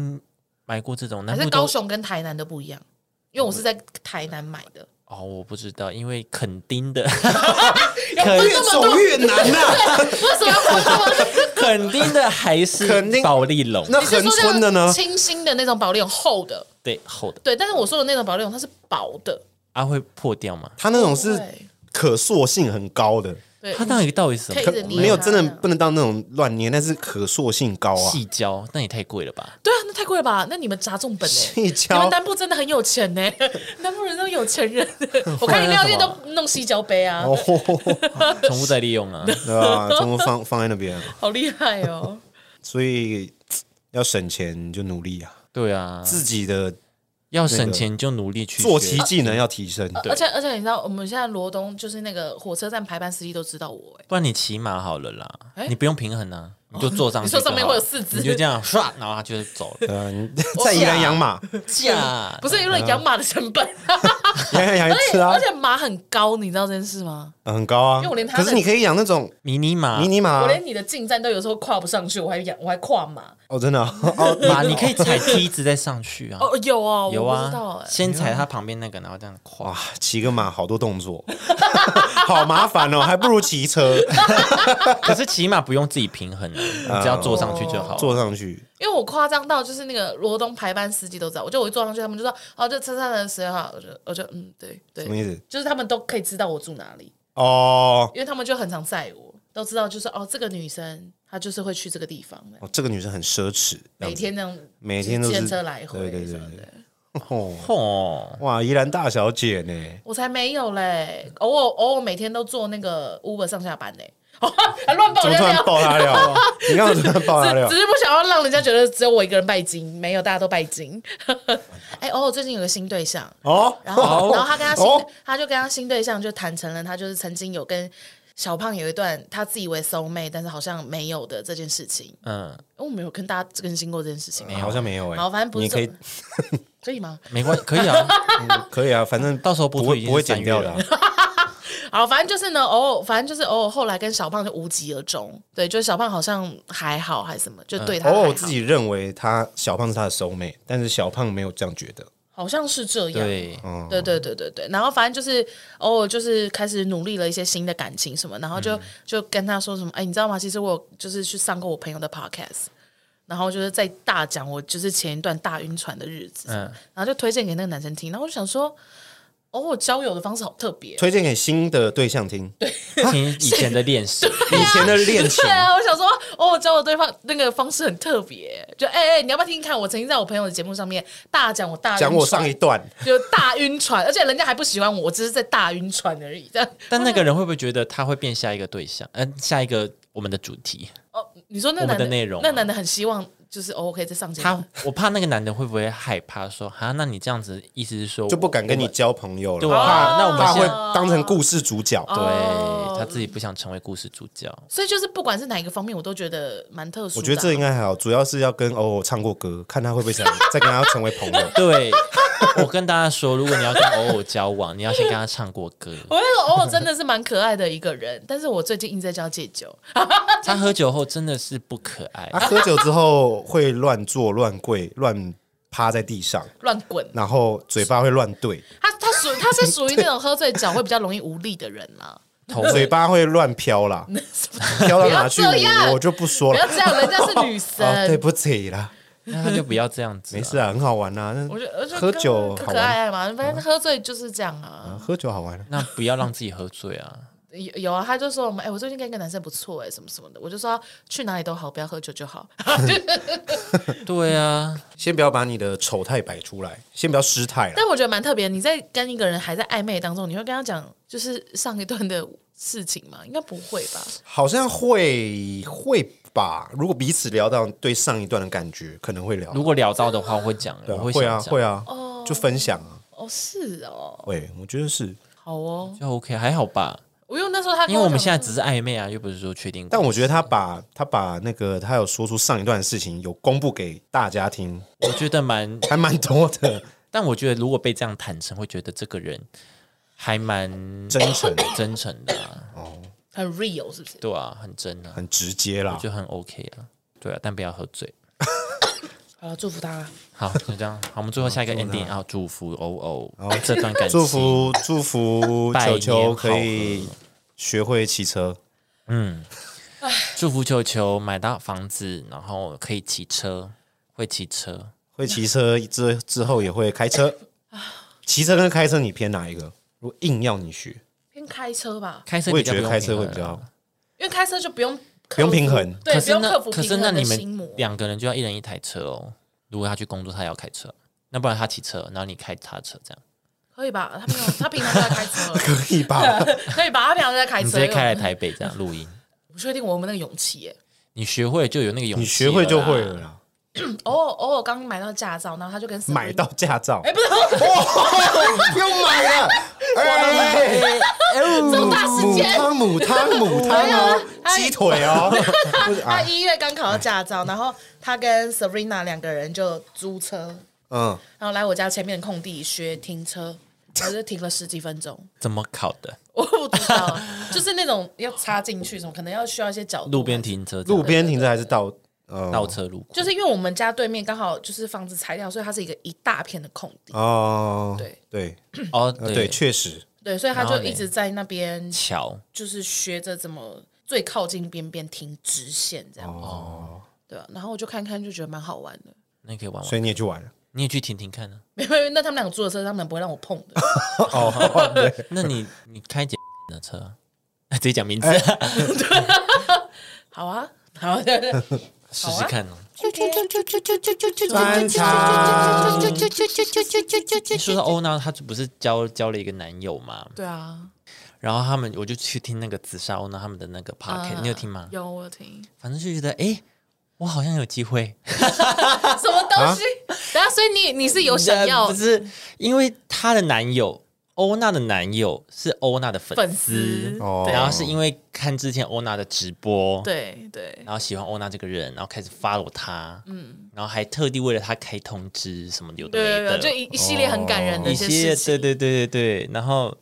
A: 买过这种，南
B: 还
A: 部
B: 是
A: 都
B: 高雄跟台南的不一样，因为我是在台南买的。
A: 哦，我不知道，因为垦丁的 <laughs>
C: 越走越啊
B: <laughs>
C: 难呐。
B: 为什么要分这么？
C: <laughs>
A: 垦丁的还
C: 垦
A: 是
C: 丁
A: 保利龙，
C: 那
B: 你是
C: 恒
B: 说这
C: 春的
B: 样
C: 呢？
B: 清新的那种保利龙，厚的，
A: 对厚的
B: 对。但是我说的那种保利龙，它是薄的，
A: 啊会破掉吗？
C: 它那种是
B: 对
C: 可塑性很高的，
B: 对，
A: 它那个到底是什
B: 可以
A: 么
B: 一
C: 可
B: 直捏
C: 没有
B: 它
C: 真的
B: 这样
C: 不能到那种乱捏，但是可塑性高啊。
A: 细胶？那也太贵了吧？
B: 对啊，那太贵了吧？那你们砸重本欸呢、
C: 细胶
B: 你们南部真的很有钱
C: <laughs>
B: 呢、南部人都有钱人。我看饮料店都弄细胶杯啊，
C: 哦， <laughs>
B: <laughs>
A: 重复再利用啊，
C: 对吧？全部放放在那边啊，
B: 好厉害哦！
C: 所以要省钱就努力啊，
A: 对啊，
C: 自己的
A: 要省钱就努力去
C: 坐
A: 学
C: 骑技能要提升。
B: 而且而且你知道，我们现在罗东就是那个火车站排班司机都知道我、欸，
A: 不然你骑马好了啦，
B: 哎哦
A: 你不用平衡啊，你就坐上去
B: 你
A: 就好
B: 说
A: 了。
B: 上面会有四肢
A: 你就这样唰，然后它就走
B: <laughs>
A: 了。
C: 呃，你 <laughs> 在宜兰养马，
A: 驾
B: 不是因为养马的成
C: <laughs>
B: 本，
C: 养养养一
B: 而
C: 次
B: 且
C: 啊
B: 而，且马很高，你知道这件事吗？
C: 呃很高啊
B: 因为我连。它
C: 可是
B: 的
C: 你可以养那种
A: 迷你马
C: 迷，你马
B: 我
C: 啊
B: 连你的进站都有时候跨不上去，我还养我还跨马。
C: 哦，真的啊
B: <laughs>
C: 哦，
A: 马你可以踩梯子再上去啊。
B: 哦，有哦，
A: 有
B: 我不知道
A: 啊
B: 哎、，
A: 先踩它旁边那个，然后这样跨
B: <laughs>
C: 哇。，骑个马好多动作， <laughs> 好麻烦哦，还不如骑车
A: 可是骑马不用自己平衡啊，
B: 哦
A: 你只要坐上去就好。
C: 坐上去。
B: 因为我夸张到就是那个罗东排班司机都知道，我就我一坐上去，他们就说哦，这车上的谁好，我就我就嗯，对对，
C: 什么意思？
B: 就是他们都可以知道我住哪里，
C: 哦，
B: 因为他们就很常载我，都知道就是哦，这个女生她就是会去这个地方的，
C: 哦这个女生很奢侈，这样
B: 每
C: 子
B: 天那样
C: 每天都是
B: 骑车来回，
C: 对对对
B: 什么的
C: 对哦，
A: 哦，
C: 哇，宜兰大小姐呢？
B: 我才没有嘞，偶尔偶尔每天都坐那个 Uber 上下班嘞，还乱爆
C: 怎么
B: 料
C: 突然
B: 料。
C: 爆她
B: <laughs>
C: 料啊？你刚刚突然爆她料啊
B: 只只？是不想要让人家觉得只有我一个人拜金，没有大家都拜
C: <laughs>
B: 金。哎、偶尔最近有个新对象，
C: 哦，
B: 然后，然后他跟他新，
C: 哦
B: 他就跟他新对象就坦诚了，他就是曾经有跟小胖有一段他自以为 soul mate，但是好像没有的这件事情。
A: 嗯，
B: 因为我没有跟大家更新过这件事情，啊
C: 好像没有哎。
B: 好反正不是
C: 你可以，
B: 可以吗？
A: 没关可
B: <laughs>
A: 以啊，
C: 可以啊，反正
A: 到时候播
C: 不
A: 出已
C: 会
A: 经
C: 不会
A: 是三
C: 剪
A: 月
C: 掉的
A: 了
C: 啊。
B: <laughs> 好，反正就是呢，偶尔，反正就是偶尔，后来跟小胖就无疾而终。对，就是小胖好像还好还是什么，就对他还好、
C: 嗯偶哦尔自己认为他小胖是他的 soul mate，但是小胖没有这样觉得。
B: 好像是这样。
A: 对，
B: 对对对对对，然后反正就是偶尔就是开始努力了一些新的感情什么，然后就、就跟他说什么，哎，你知道吗？其实我有就是去上过我朋友的 podcast，然后就是在大讲我就是前一段大晕船的日子，
A: 嗯
B: 然后就推荐给那个男生听，然后我就想说，哦，我交友的方式好特别，哦
C: 推荐给新的对象听，
A: 听以前的练
B: <laughs>
A: 习，
B: 啊
C: 以 <laughs> 前的恋情
B: 对啊，我想说，哦，我交友对方那个方式很特别，就哎哎、你要不要听听看？我曾经在我朋友的节目上面大讲我大晕
C: 讲我
B: 船
C: 上一段，
B: 就大晕船，而且人家还不喜欢我，我只是在大晕船而已，这样。
A: 但那个人会不会觉得他会呃变下一个对象？嗯、下一个我们的主题，
B: 哦，你说那
A: 我们
B: 男的
A: 的内容啊
B: 那男的很希望就是哦，我可以再上节目
A: 他。我怕那个男的会不会害怕说啊？那你这样子意思是说
C: 就不敢跟你
A: 我们
C: 交朋友
A: 对
C: 了，
A: 啊？那我们
C: 怕
A: 先
C: 会当成故事主角。
B: 哦
A: 对他自己不想成为故事主角，
B: 所以就是不管是哪一个方面，我都觉得蛮特殊的啊。
C: 我觉得这应该还好，主要是要跟偶偶唱过歌，看他会不会想 <laughs> 再跟他成为朋友。
A: 对。我跟大家说，如果你要跟偶偶交往，你要先跟他唱过歌。
B: 我那个偶尔哦真的是蛮可爱的一个人，但是我最近一直在教戒酒，
A: 他喝酒后真的是不可爱
C: 他，喝酒之后会乱坐、乱跪、乱趴在地上，
B: 乱
C: <laughs>
B: 滚。
C: 然后嘴巴会乱
B: <laughs>
C: 对，
B: 他他属他是属于那种喝醉酒会比较容易无力的人
C: <laughs> 哦
B: 啦。
A: 头
C: 嘴
A: 会
C: 巴会乱
B: <laughs>
C: 飘啦，飘到哪去
B: 不要这样
C: 我我就不说
B: 不要
C: 了。
B: 这样，人家是女
C: 啊，对
B: 神。
C: 不起啦，
A: 那他就不要这样子啊。
C: 没事啊，很好玩啊。
B: 我觉得我觉得
C: 喝酒
B: 可
C: 好
B: 可
C: 玩，
B: 爱爱嘛，反正喝醉就是这样啊。
C: 喝酒好玩啊。
A: 那不要让自己喝醉啊！
B: 有有啊，他就说我们哎，我最近跟一个男生不错哎，什么什么的，我就说去哪里都好，不要喝酒就好。 <laughs>
A: 对啊，
C: 先不要把你的丑态摆出来，先不要失态了。
B: 但我觉得蛮特别，你在跟一个人还在暧昧当中，你会跟他讲就是上一段的事情吗？应该不会吧？
C: 好像会会吧，如果彼此聊到对上一段的感觉，可能会聊。
A: 如果聊到的话会讲，
C: 对
A: 我
C: 啊
A: 会
C: 会啊
A: 想
C: 会
A: 讲，
C: 啊，就分享啊。
B: 哦，是哦，
C: 喂，我觉得是，
B: 好哦，
A: 就 OK，还好吧？
B: 我因为那时候他跟
A: 因为我们
B: 讲
A: 现在只是暧昧啊，又不是说确定关系。
C: 但我觉得他把他把那个他有说出上一段的事情，有公布给大家听，
A: 我觉得蛮，
C: 还蛮多的，
A: 但我觉得如果被这样坦诚，会觉得这个人还蛮
C: 真诚，
A: 真诚的、啊，
B: 很 real 是不是？
A: 对啊，很真啊，
C: 很直接啦。
A: 就很 OK 啊，对啊，但不要喝醉。
B: 好了，祝福他啦。
A: 好，就这样。好，我们最后下一个 ending 啊，祝福欧欧这段感情，
C: 祝福祝福
A: 百
C: 球
A: 年
C: 球
A: 好
C: 可以
A: 合
C: 学会骑车，
A: 祝福球球买到房子，然后可以骑车，会骑车。
C: 会骑车之之后也会开车。骑车跟开车你偏哪一个？如果硬要你学，
B: 先开车吧，
A: 开车
C: 我
A: 比
C: 也
A: 较
C: 觉
A: 不用
C: 得开车
A: 平
C: 会
A: 衡
C: 比较
A: 啊
C: 好。
B: 因为开车就不用
C: 不用平衡
B: 对，
A: 可
B: 不
A: 是
B: 用
A: 那
B: 克服
A: 可
B: 平
A: 是
B: 衡
A: 那
B: 的
A: 你
B: 心魔
A: 们。两个人就要一人一台车哦。如果他去工作，他也要开车，那不然他骑车，然后你开他的车，这样
B: 可以吧？他没有，他平常都在开车， <laughs>
C: 可以吧？
B: 可以吧？他平常都在开
A: 你
B: 车，
A: 直接开来台北这样录音，
B: 我不确定我有没有那个勇气耶。
A: 你学会就有那个勇气，
C: 你学会就会了。
A: 嗯
C: 啦。
B: 偶尔偶尔刚买到驾照，然后他就跟 Sabrina-
C: 买到驾照，
B: <laughs> 哎，不
A: <laughs>
B: 是，
A: 啊
C: 又买了，哎，
B: 这么大时
C: 母
B: 间，
C: 汤母汤母汤哦，鸡腿哦，
B: 他一月刚考到驾照，然后他跟 Serena 两个人就租车，
C: 嗯，
B: 然后来我家前面的空地学停车，我就停了十几分钟。 <laughs>
A: 怎么考的？
B: 我不知道，就是那种要插进去什么，可能要需要一些角度。
A: 路边，停车这样，
C: 路边停车还是倒，呃，
A: 倒车入库，
B: 就是因为我们家对面刚好就是房子材料，所以它是一个一大片的空地，
A: 嗯
C: 哦，
B: 对
C: 对
A: 哦，
C: 呃对，
A: 对，
C: 确实，
B: 对，所以他
A: 然
B: 就
A: 后嘞
B: 一直在那边
A: 桥
B: 就是学着怎么最靠近边边停直线这样。哦，对啊，然后我就看看就觉得蛮好玩的。 <laughs>
A: 那可以玩
C: 所
A: 玩，
C: 以你也去玩了，
A: 你也去停停看啊。
B: 没有，因为那他们两个坐的车，他们不会让我碰的。 <laughs>
C: 哦
A: <laughs> 那你你开姐的车啊， <laughs> 直接讲名字
C: 哎
B: 好啊，好，对 <laughs> 对对
A: 试试看哦。
B: 啊
C: 专场
A: 你说到欧娜，她就不是交交了一个男友嘛？
B: 对啊，
A: 然后他们我就去听那个紫砂欧娜他们的那个 p o c k e t 你有听吗？
B: 呃有我有听，
A: 反正就觉得诶，我好像有机会。
B: 啊什么东西？
A: 啊
B: 等下，所以你你是有想要
A: <laughs> 不是因为她的男友欧娜的男友是欧娜的粉丝，
B: 粉丝？
C: 哦
A: 然后是因为看之前欧娜的直播，
B: 对对，
A: 然后喜欢欧娜这个人，然后开始 follow 她，嗯，然后还特地为了她开通知什么有的
B: 对
A: 没
B: 对
A: 的，哦
B: 对，就一一系列很感人的
A: 一
B: 些
A: 些对
B: 事情。
A: 对对对对，然后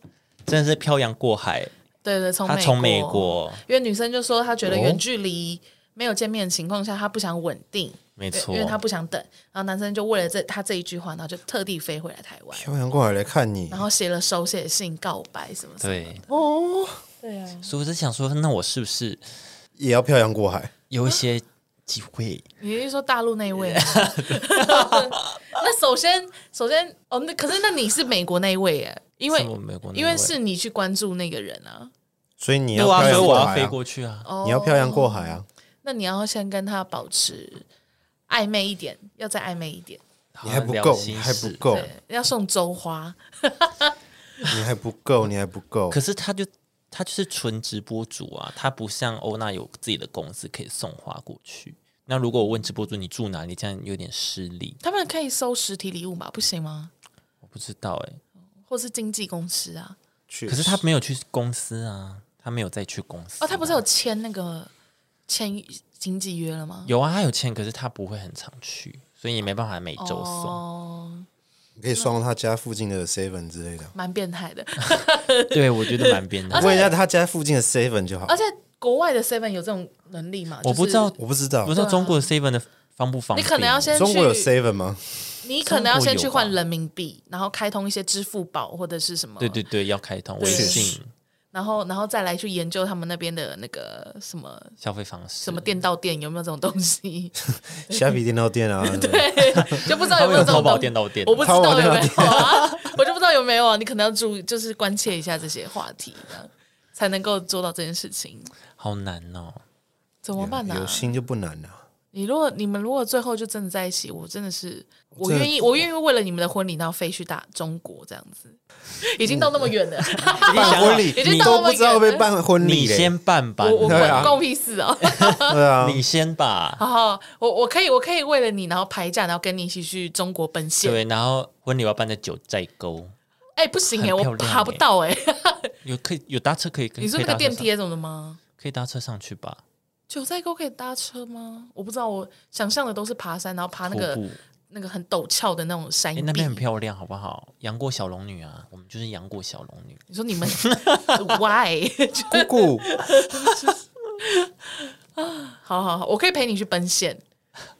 A: 真的是漂洋过海，
B: 对对，从
A: 她从美，国，哦
B: 因为女生就说她觉得远距离没有见面的情况下，她不想稳定，
A: 没
B: 对
A: 错，
B: 因为她不想等。然后男生就为了这她这一句话，然后就特地飞回来台湾，
C: 漂洋过海来看你
B: 然，后写了手写信告白什么什么。哦
A: 对，
B: 对啊，
A: 所以我在想说，那我是不是
C: 也要漂洋过海，
A: 有一些机会？
B: 你是说大陆那一位吗？那首先，首先，哦，那可是那你是美国那一位耶，因为
A: 是我美国那一位
B: 因为是你去关注那个人啊。
C: 所以你
A: 对
C: 要
A: 啊，所以
C: 漂洋
A: 我
C: 过
A: 要
C: 海
A: 飞
C: 啊，
A: 过去啊。
B: 哦，
C: 你要漂洋过海啊，
B: 那你要先跟他保持暧昧一点，要再暧昧一点，
C: 你还不
A: 好啊
C: 够，
A: 聊
C: 你
A: 心
C: 还不
A: 事
C: 够，
B: 对，要送周花。
C: 你还不够，你还不够
A: 可，是他就他就是纯直播主啊，他不像欧娜有自己的公司可以送花过去，那如果我问直播主你住哪里，这样有点失礼。
B: 他们可以收实体礼物吧？不行吗？
A: 我不知道哎、
B: 或是经纪公司啊？
C: 确
A: 可是
C: 实
A: 他没有去公司啊，他没有再去公司。啊
B: 哦，他不是有签那个签经纪约了吗？
A: 有啊，他有签，可是他不会很常去，所以也没办法每周送。
B: 哦，
C: 你可以送到他家附近的 Seven 之类的，
B: 蛮变态的。
A: 对，我觉得蛮变态。
C: 问一下他家附近的 Seven 就好
B: 而。且国外的 Seven 有这种能力吗？
A: 我不知道
B: 就是
C: 我不知道
A: 不知道中国的 Seven 的方不方
B: 你
A: 便？
B: 可能要先去
C: 中国有 Seven 吗？
B: <laughs> 你可能要先去
A: 中国有
B: 换
A: 吧
B: 人民币，然后开通一些支付宝或者是什么，
A: 对对对，要开通微
B: 对
A: 信
B: 然后然后再来去研究他们那边的那个什么
A: 消费方式。
B: 什么店到店有没有这种东西， <laughs>
C: 虾皮电到店啊，
B: 对，就不知道有没这
A: 淘
B: 种
A: 宝
B: 东
A: 店到店，
B: 我不知
C: 淘
B: 道
C: 宝
B: 有
C: 店
B: 没有啊，
A: <laughs>
B: 我就不知道有没有啊，你可能要注意，就是关切一下这些话题呢，才能够做到这件事情，
A: 好难哦。
B: 怎么办呢、啊
C: 有心就不难啊了。
B: 你如果你们如果最后就真的在一起，我真的是我
C: 真的
B: 愿意，我愿意为了你们的婚礼，然后飞去打中国这样子，已经到那么远了，
C: 办婚礼
B: 已经
C: 你
B: 到那
C: 都
B: 么
C: 不知道
B: 远
C: 被
B: 了
C: 办婚礼
A: 你
C: 嘞，
A: 先办吧，
B: 我我
C: 对啊
B: 关我屁事哦。 <laughs>
C: 对啊，
A: 你先吧。
B: 然后我我可以我可以为了你，然后排假，然后跟你一起去中国奔现。
A: 对，然后婚礼我要办在九寨沟，
B: 哎、不行
A: 很
B: 哎、
A: 漂
B: 我
A: 亮
B: 爬不
A: 哎
B: 到哎、
A: <laughs> 有可以有搭车可以跟
B: 你说那
A: 可以
B: 个
A: 搭车
B: 电
A: 上
B: 梯啊什么的吗？
A: 可以搭车上去吧？
B: 九寨沟可以搭车吗？我不知道，我想象的都是爬山，然后爬那
A: 徒
B: 个哎
A: 步，
B: 那个很陡峭的那种山
A: 哎
B: 壁。，
A: 那边很漂亮，好不好？杨过小龙女啊，我们就是杨过小龙女。
B: 你说你
A: <laughs>
B: 们 why？ <laughs>
C: 姑姑，
B: 好好好，我可以陪你去奔现，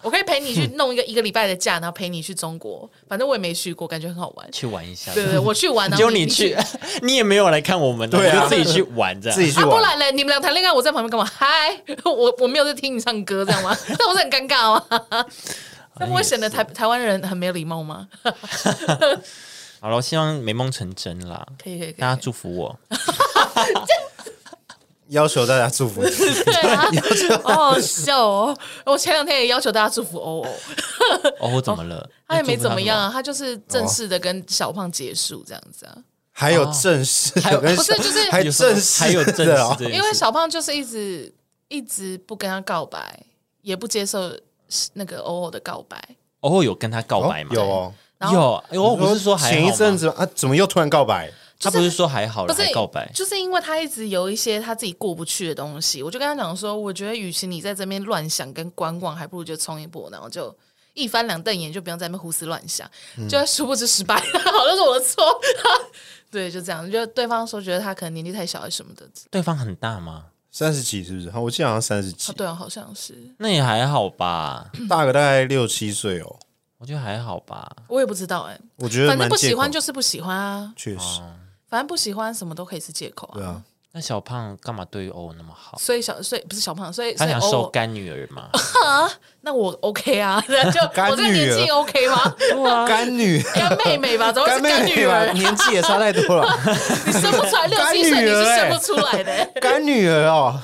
B: 我可以陪
A: <laughs>
B: 你去弄一个一个礼拜的假，然后陪你去中国。反正我也没去过，感觉很好
A: <laughs>
B: 玩。
A: 去玩一下，
B: 对对对，我去
A: <laughs>
B: 玩，然
A: 只有
B: 后
A: 你
B: 你
A: 去，你也没有来看我们，
C: 对啊
A: 我就自己去玩 <laughs> 这样。
C: 自己去
B: 啊，不
C: 玩。
B: 然嘞，你们俩谈恋爱，我在旁边干嘛？嗨， <laughs> 我我没有在听你唱歌，这样吗？ <laughs> 那我是很尴尬吗？那不会显得台台湾人很没有礼貌吗？
A: 好了，希望美梦成真啦！
B: 可以可以可
A: 大家
B: 以，
A: 祝福我，
C: 要求大家祝福你，
B: 对啊，好好笑哦！我前两天也要求大家祝福欧欧，
A: 哦，我怎么了？
B: 他也
A: 你
B: 没
A: 祝福
B: 怎
A: 他
B: 么
A: 什
B: 样啊，他就是正式的跟小胖结束这样子啊，
C: 还有正式，
A: 还有
C: 跟
B: 不是就是
C: 还
A: 哦有什么
C: 正式，哦
A: 还有正式
C: 的哦
A: 这件事
B: 因为小胖就是一直一直不跟他告白，也不接受那个欧欧的告白，
A: 偶尔有跟他告
C: 哦
A: 白吗？
C: 有哦。
B: 然
A: 有
B: 后，
A: 哎我不是说还好吗
C: 前一阵子啊，怎么又突然告白？
A: 他不是说还好
B: 不
A: 了，
B: 是
A: 还告白，
B: 就是因为他一直有一些他自己过不去的东西，我就跟他讲说，我觉得与其你在这边乱想跟观望，还不如就冲一波，然后就一翻两瞪眼，就不用在那边胡思乱想，就殊不知失败，好像是我的错。 <laughs> 对，就这样，就对方说觉得他可能年纪太小还是什么的，
A: 对方很大吗？
C: 三十几是不是？我记得好像三十
B: 啊
C: 几，
B: 对啊，好像是，
A: 那也还好吧， <clears throat>
C: 大个大概六七岁哦。
A: 我觉得还好吧。
B: 我也不知道哎、
C: 我觉得
B: 反正
C: 蛮
B: 不
C: 借
B: 喜
C: 口
B: 欢，就是不喜欢啊，
C: 确实，
B: 反正不喜欢什么都可以是借口
C: 对
B: 啊。
C: 啊，
A: 那小胖干嘛对欧那么好？
B: 所以小，所以不是小胖，所以
A: 他
B: 所以
A: 想
B: 偶
A: 收
B: 尔
A: 干女儿嘛？
B: 那我 OK 啊，就
C: 干
B: 我这个年
C: 女
B: 纪
C: 儿
B: OK 吗？
C: 干女。
B: 干妹妹吧，怎么会是干女
C: 吧，
B: 儿？
C: 年纪也差太多了。
B: 你生不出来六七岁，你
C: 干女儿
B: 是
C: 欸
B: 生不出来的、
C: 干女儿哦，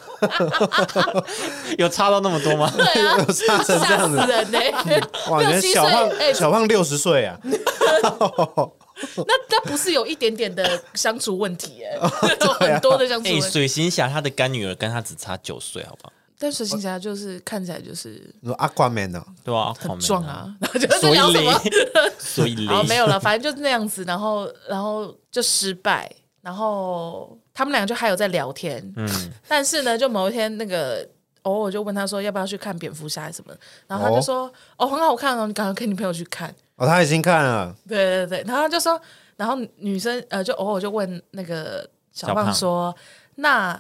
A: 有差到那么 <laughs> 多吗？
B: 对啊，
C: 差成这
B: 吓
C: 样
B: 死
C: 子，
B: 人欸呢、
C: 哇！你
B: 六
C: 看
B: 七
C: 小
B: 岁，
C: 胖，
B: 哎、
C: 小胖六十岁啊，
B: 那那不是有一点点的相处问题哎、有很多的相处
A: 哎，
B: 问题。
A: 水行侠他的干女儿跟他只差九岁，好不好？
B: 但水行侠就是看起来就是
C: 你说 Aquaman 呢？
A: 对啊，很
B: 壮，啊，然后就是
A: 所以
B: 聊什么
A: 嘞，
B: <laughs>
A: 所以
B: 然后
A: 嘞，
B: 没有了，反正就是那样子，然后然后就失败，然后他们两个就还有在聊天，嗯，但是呢，就某一天那个。偶尔我就问他说要不要去看蝙蝠侠什么的，然后他就说哦很好看哦，你赶快跟你朋友去看。
C: 哦，他已经看了，
B: 对对对，然后他就说，然后女生呃就偶尔就问那个小
A: 小
B: 胖
A: 胖
B: 说，那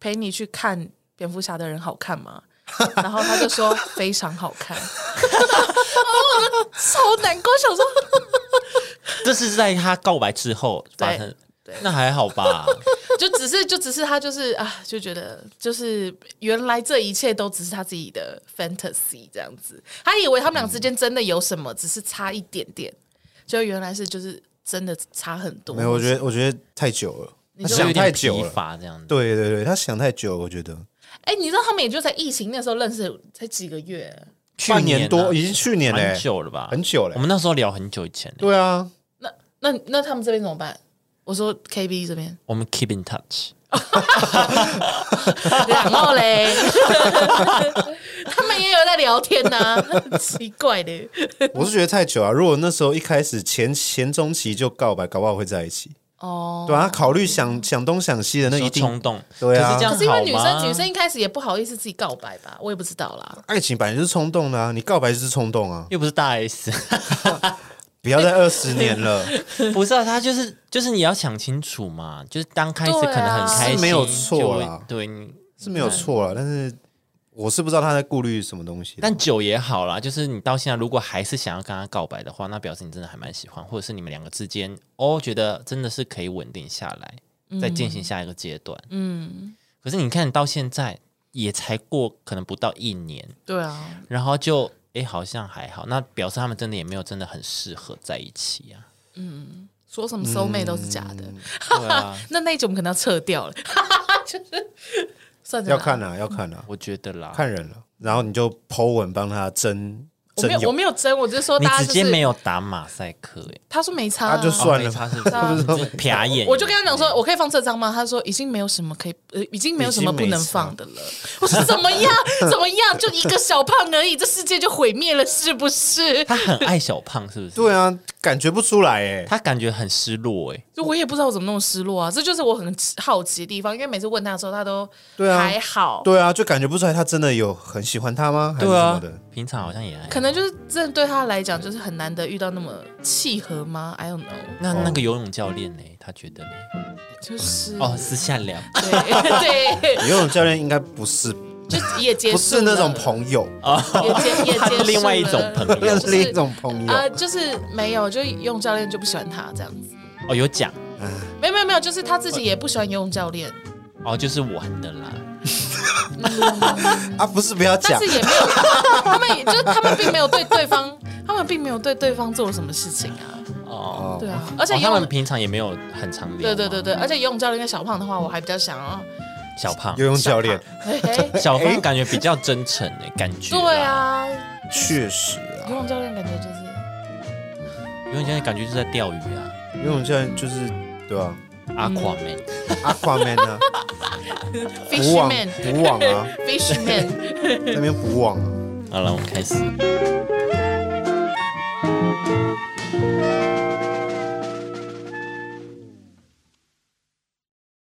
B: 陪你去看蝙蝠侠的人好看吗？ <laughs> 然后他就说非常好看， <laughs> 然后我就超难过，想说
A: 这是在他告白之后发生
B: 对，
A: 那还好吧？
B: 就只是就只是他就是啊，就觉得就是原来这一切都只是他自己的 fantasy 这样子，他以为他们俩之间真的有什么，只是差一点点，就原来是就是真的差很多。
C: 没有？我觉得，我觉得太久了，
B: 嗯
C: 他
B: 就
A: 就
C: 想
A: 有点
C: 太久
A: 疲
C: 了。
A: 乏这样子。
C: 对对对，他想太久了，我觉得
B: 哎、你知道他们也就在疫情那时候认识，才几个月，
A: 去
C: 半年
A: 啊
C: 多，已经去年嘞
A: 蛮，久了吧？
C: 很久
A: 我
C: 嘞。
A: 们那时候聊很久以前了，
C: 对啊，
B: 那那那他们这边怎么办？我说 K B 这边，
A: 我们 keep in touch。
B: 然后嘞，他们们也有在聊天呐、很奇怪的。
C: 我是觉得太久啊。如果那时候一开始前前中期就告白，搞不好会在一起。
B: 哦，
C: 对啊，他考虑想想东想西的，那一
A: 说
C: 定
A: 冲动，
C: 对啊
A: 可是这样
B: 可是因为女
A: 好吗
B: 生女生一开始也不好意思自己告白吧，我也不知道啦。
C: 爱情本来就是冲动的啊，你告白就是冲动啊，
A: 又不是大 S，
C: 不要再二十年了，
A: 不是啊，他就是就是你要想清楚嘛，就是刚开始
B: 对啊
A: 可能很开心，
C: 是没有错
A: 就会
C: 啦
A: 对，你
C: 是没有错了。但是我是不知道他在顾虑什么东西。
A: 但久也好啦，就是你到现在如果还是想要跟他告白的话，那表示你真的还蛮喜欢，或者是你们两个之间哦，觉得真的是可以稳定下来，再进行下一个阶段。
B: 嗯，
A: 可是你看到现在也才过可能不到一年，
B: 对啊，
A: 然后就诶好像还好，那表示他们真的也没有真的很适合在一起啊。
B: 说什么收妹都是假的。
A: 对啊，
B: 那那一集我们可能要撤掉了，就是算着
C: 要
B: 拿
C: 看啊，要看啊，
A: 我觉得啦，
C: 看人了。然后你就 Po 文帮他争
B: 我
C: 争
B: 没有我
C: 友，
B: 没有争，我就说
A: 你
B: 大家
A: 直
B: 就
A: 接
B: 是
A: 没有打马赛克诶，
B: 他说没差、
C: 啊就算
A: 哦
C: 了
A: 没差是
C: <laughs>
A: 不是？瞟眼，
B: 我就跟他讲说，我可以放这张吗？他说已经没有什么可以，呃，已经没有什么不能放的了。我说怎么样？怎么样？就一个小胖而已，这世界就毁灭了，是不是？
A: 他很爱小胖，是不是？
C: 对啊，感觉不出来哎。
A: 他感觉很失落欸诶。
B: 就我也不知道我怎么那么失落啊，这就是我很好奇的地方，因为每次问他的时候，他都
C: 对啊
B: 还好，
C: 对啊，就感觉不出来他真的有很喜欢他吗？还是什么的？
A: 平常好像也还
B: 可能就是真的对他来讲，就是很难得遇到那么契合吗？I don't know，
A: 那那个游泳教练呢？他觉得呢？
B: 嗯就是
A: 哦，私下聊
B: 对 <laughs> 对，
C: 游泳教练应该不是，
B: 就 <laughs> 也结束
C: 不是那种
B: 了
C: 朋友，
B: 也结也
A: 他
B: 结束
C: <laughs>
A: 是另外一种
B: 了
A: 朋友
C: 那
B: 就是
C: 另一种朋友。
B: 呃，就是没有，就游泳教练就不喜欢他这样子。
A: 哦，有讲
B: 没有没有没有，就是他自己也不喜欢游泳教练，
A: 哦，就是玩的啦。
C: 啊，不是不要
B: 但
C: 讲
B: 是，也没有，他们也就是他们并没有对对方，他们并没有对对方做什么事情啊。
A: 哦，
B: 对啊，而且
A: 哦
B: 游
A: 他
B: 泳
A: 们，平常也没有很常聊。
B: 对对对，对，而且游泳教练跟小胖的话，我还比较想要。哎
A: 小胖
C: 游泳教练
B: 嘿嘿
A: 小胖感觉比较真诚诶，感觉啦
B: 对，啊，
C: 确实啊
B: 游，泳教练感觉就是
A: 游泳教练感觉就是在钓鱼啊，
C: 游泳教练就是
B: <laughs>
C: 对啊
B: 嗯
A: 阿垮妹。
C: ，Aquaman 啊，
B: fish
C: 捕网
B: man
C: 捕网啊，
B: fish man，
C: 在那边捕网啊。
A: 好了，我们开始。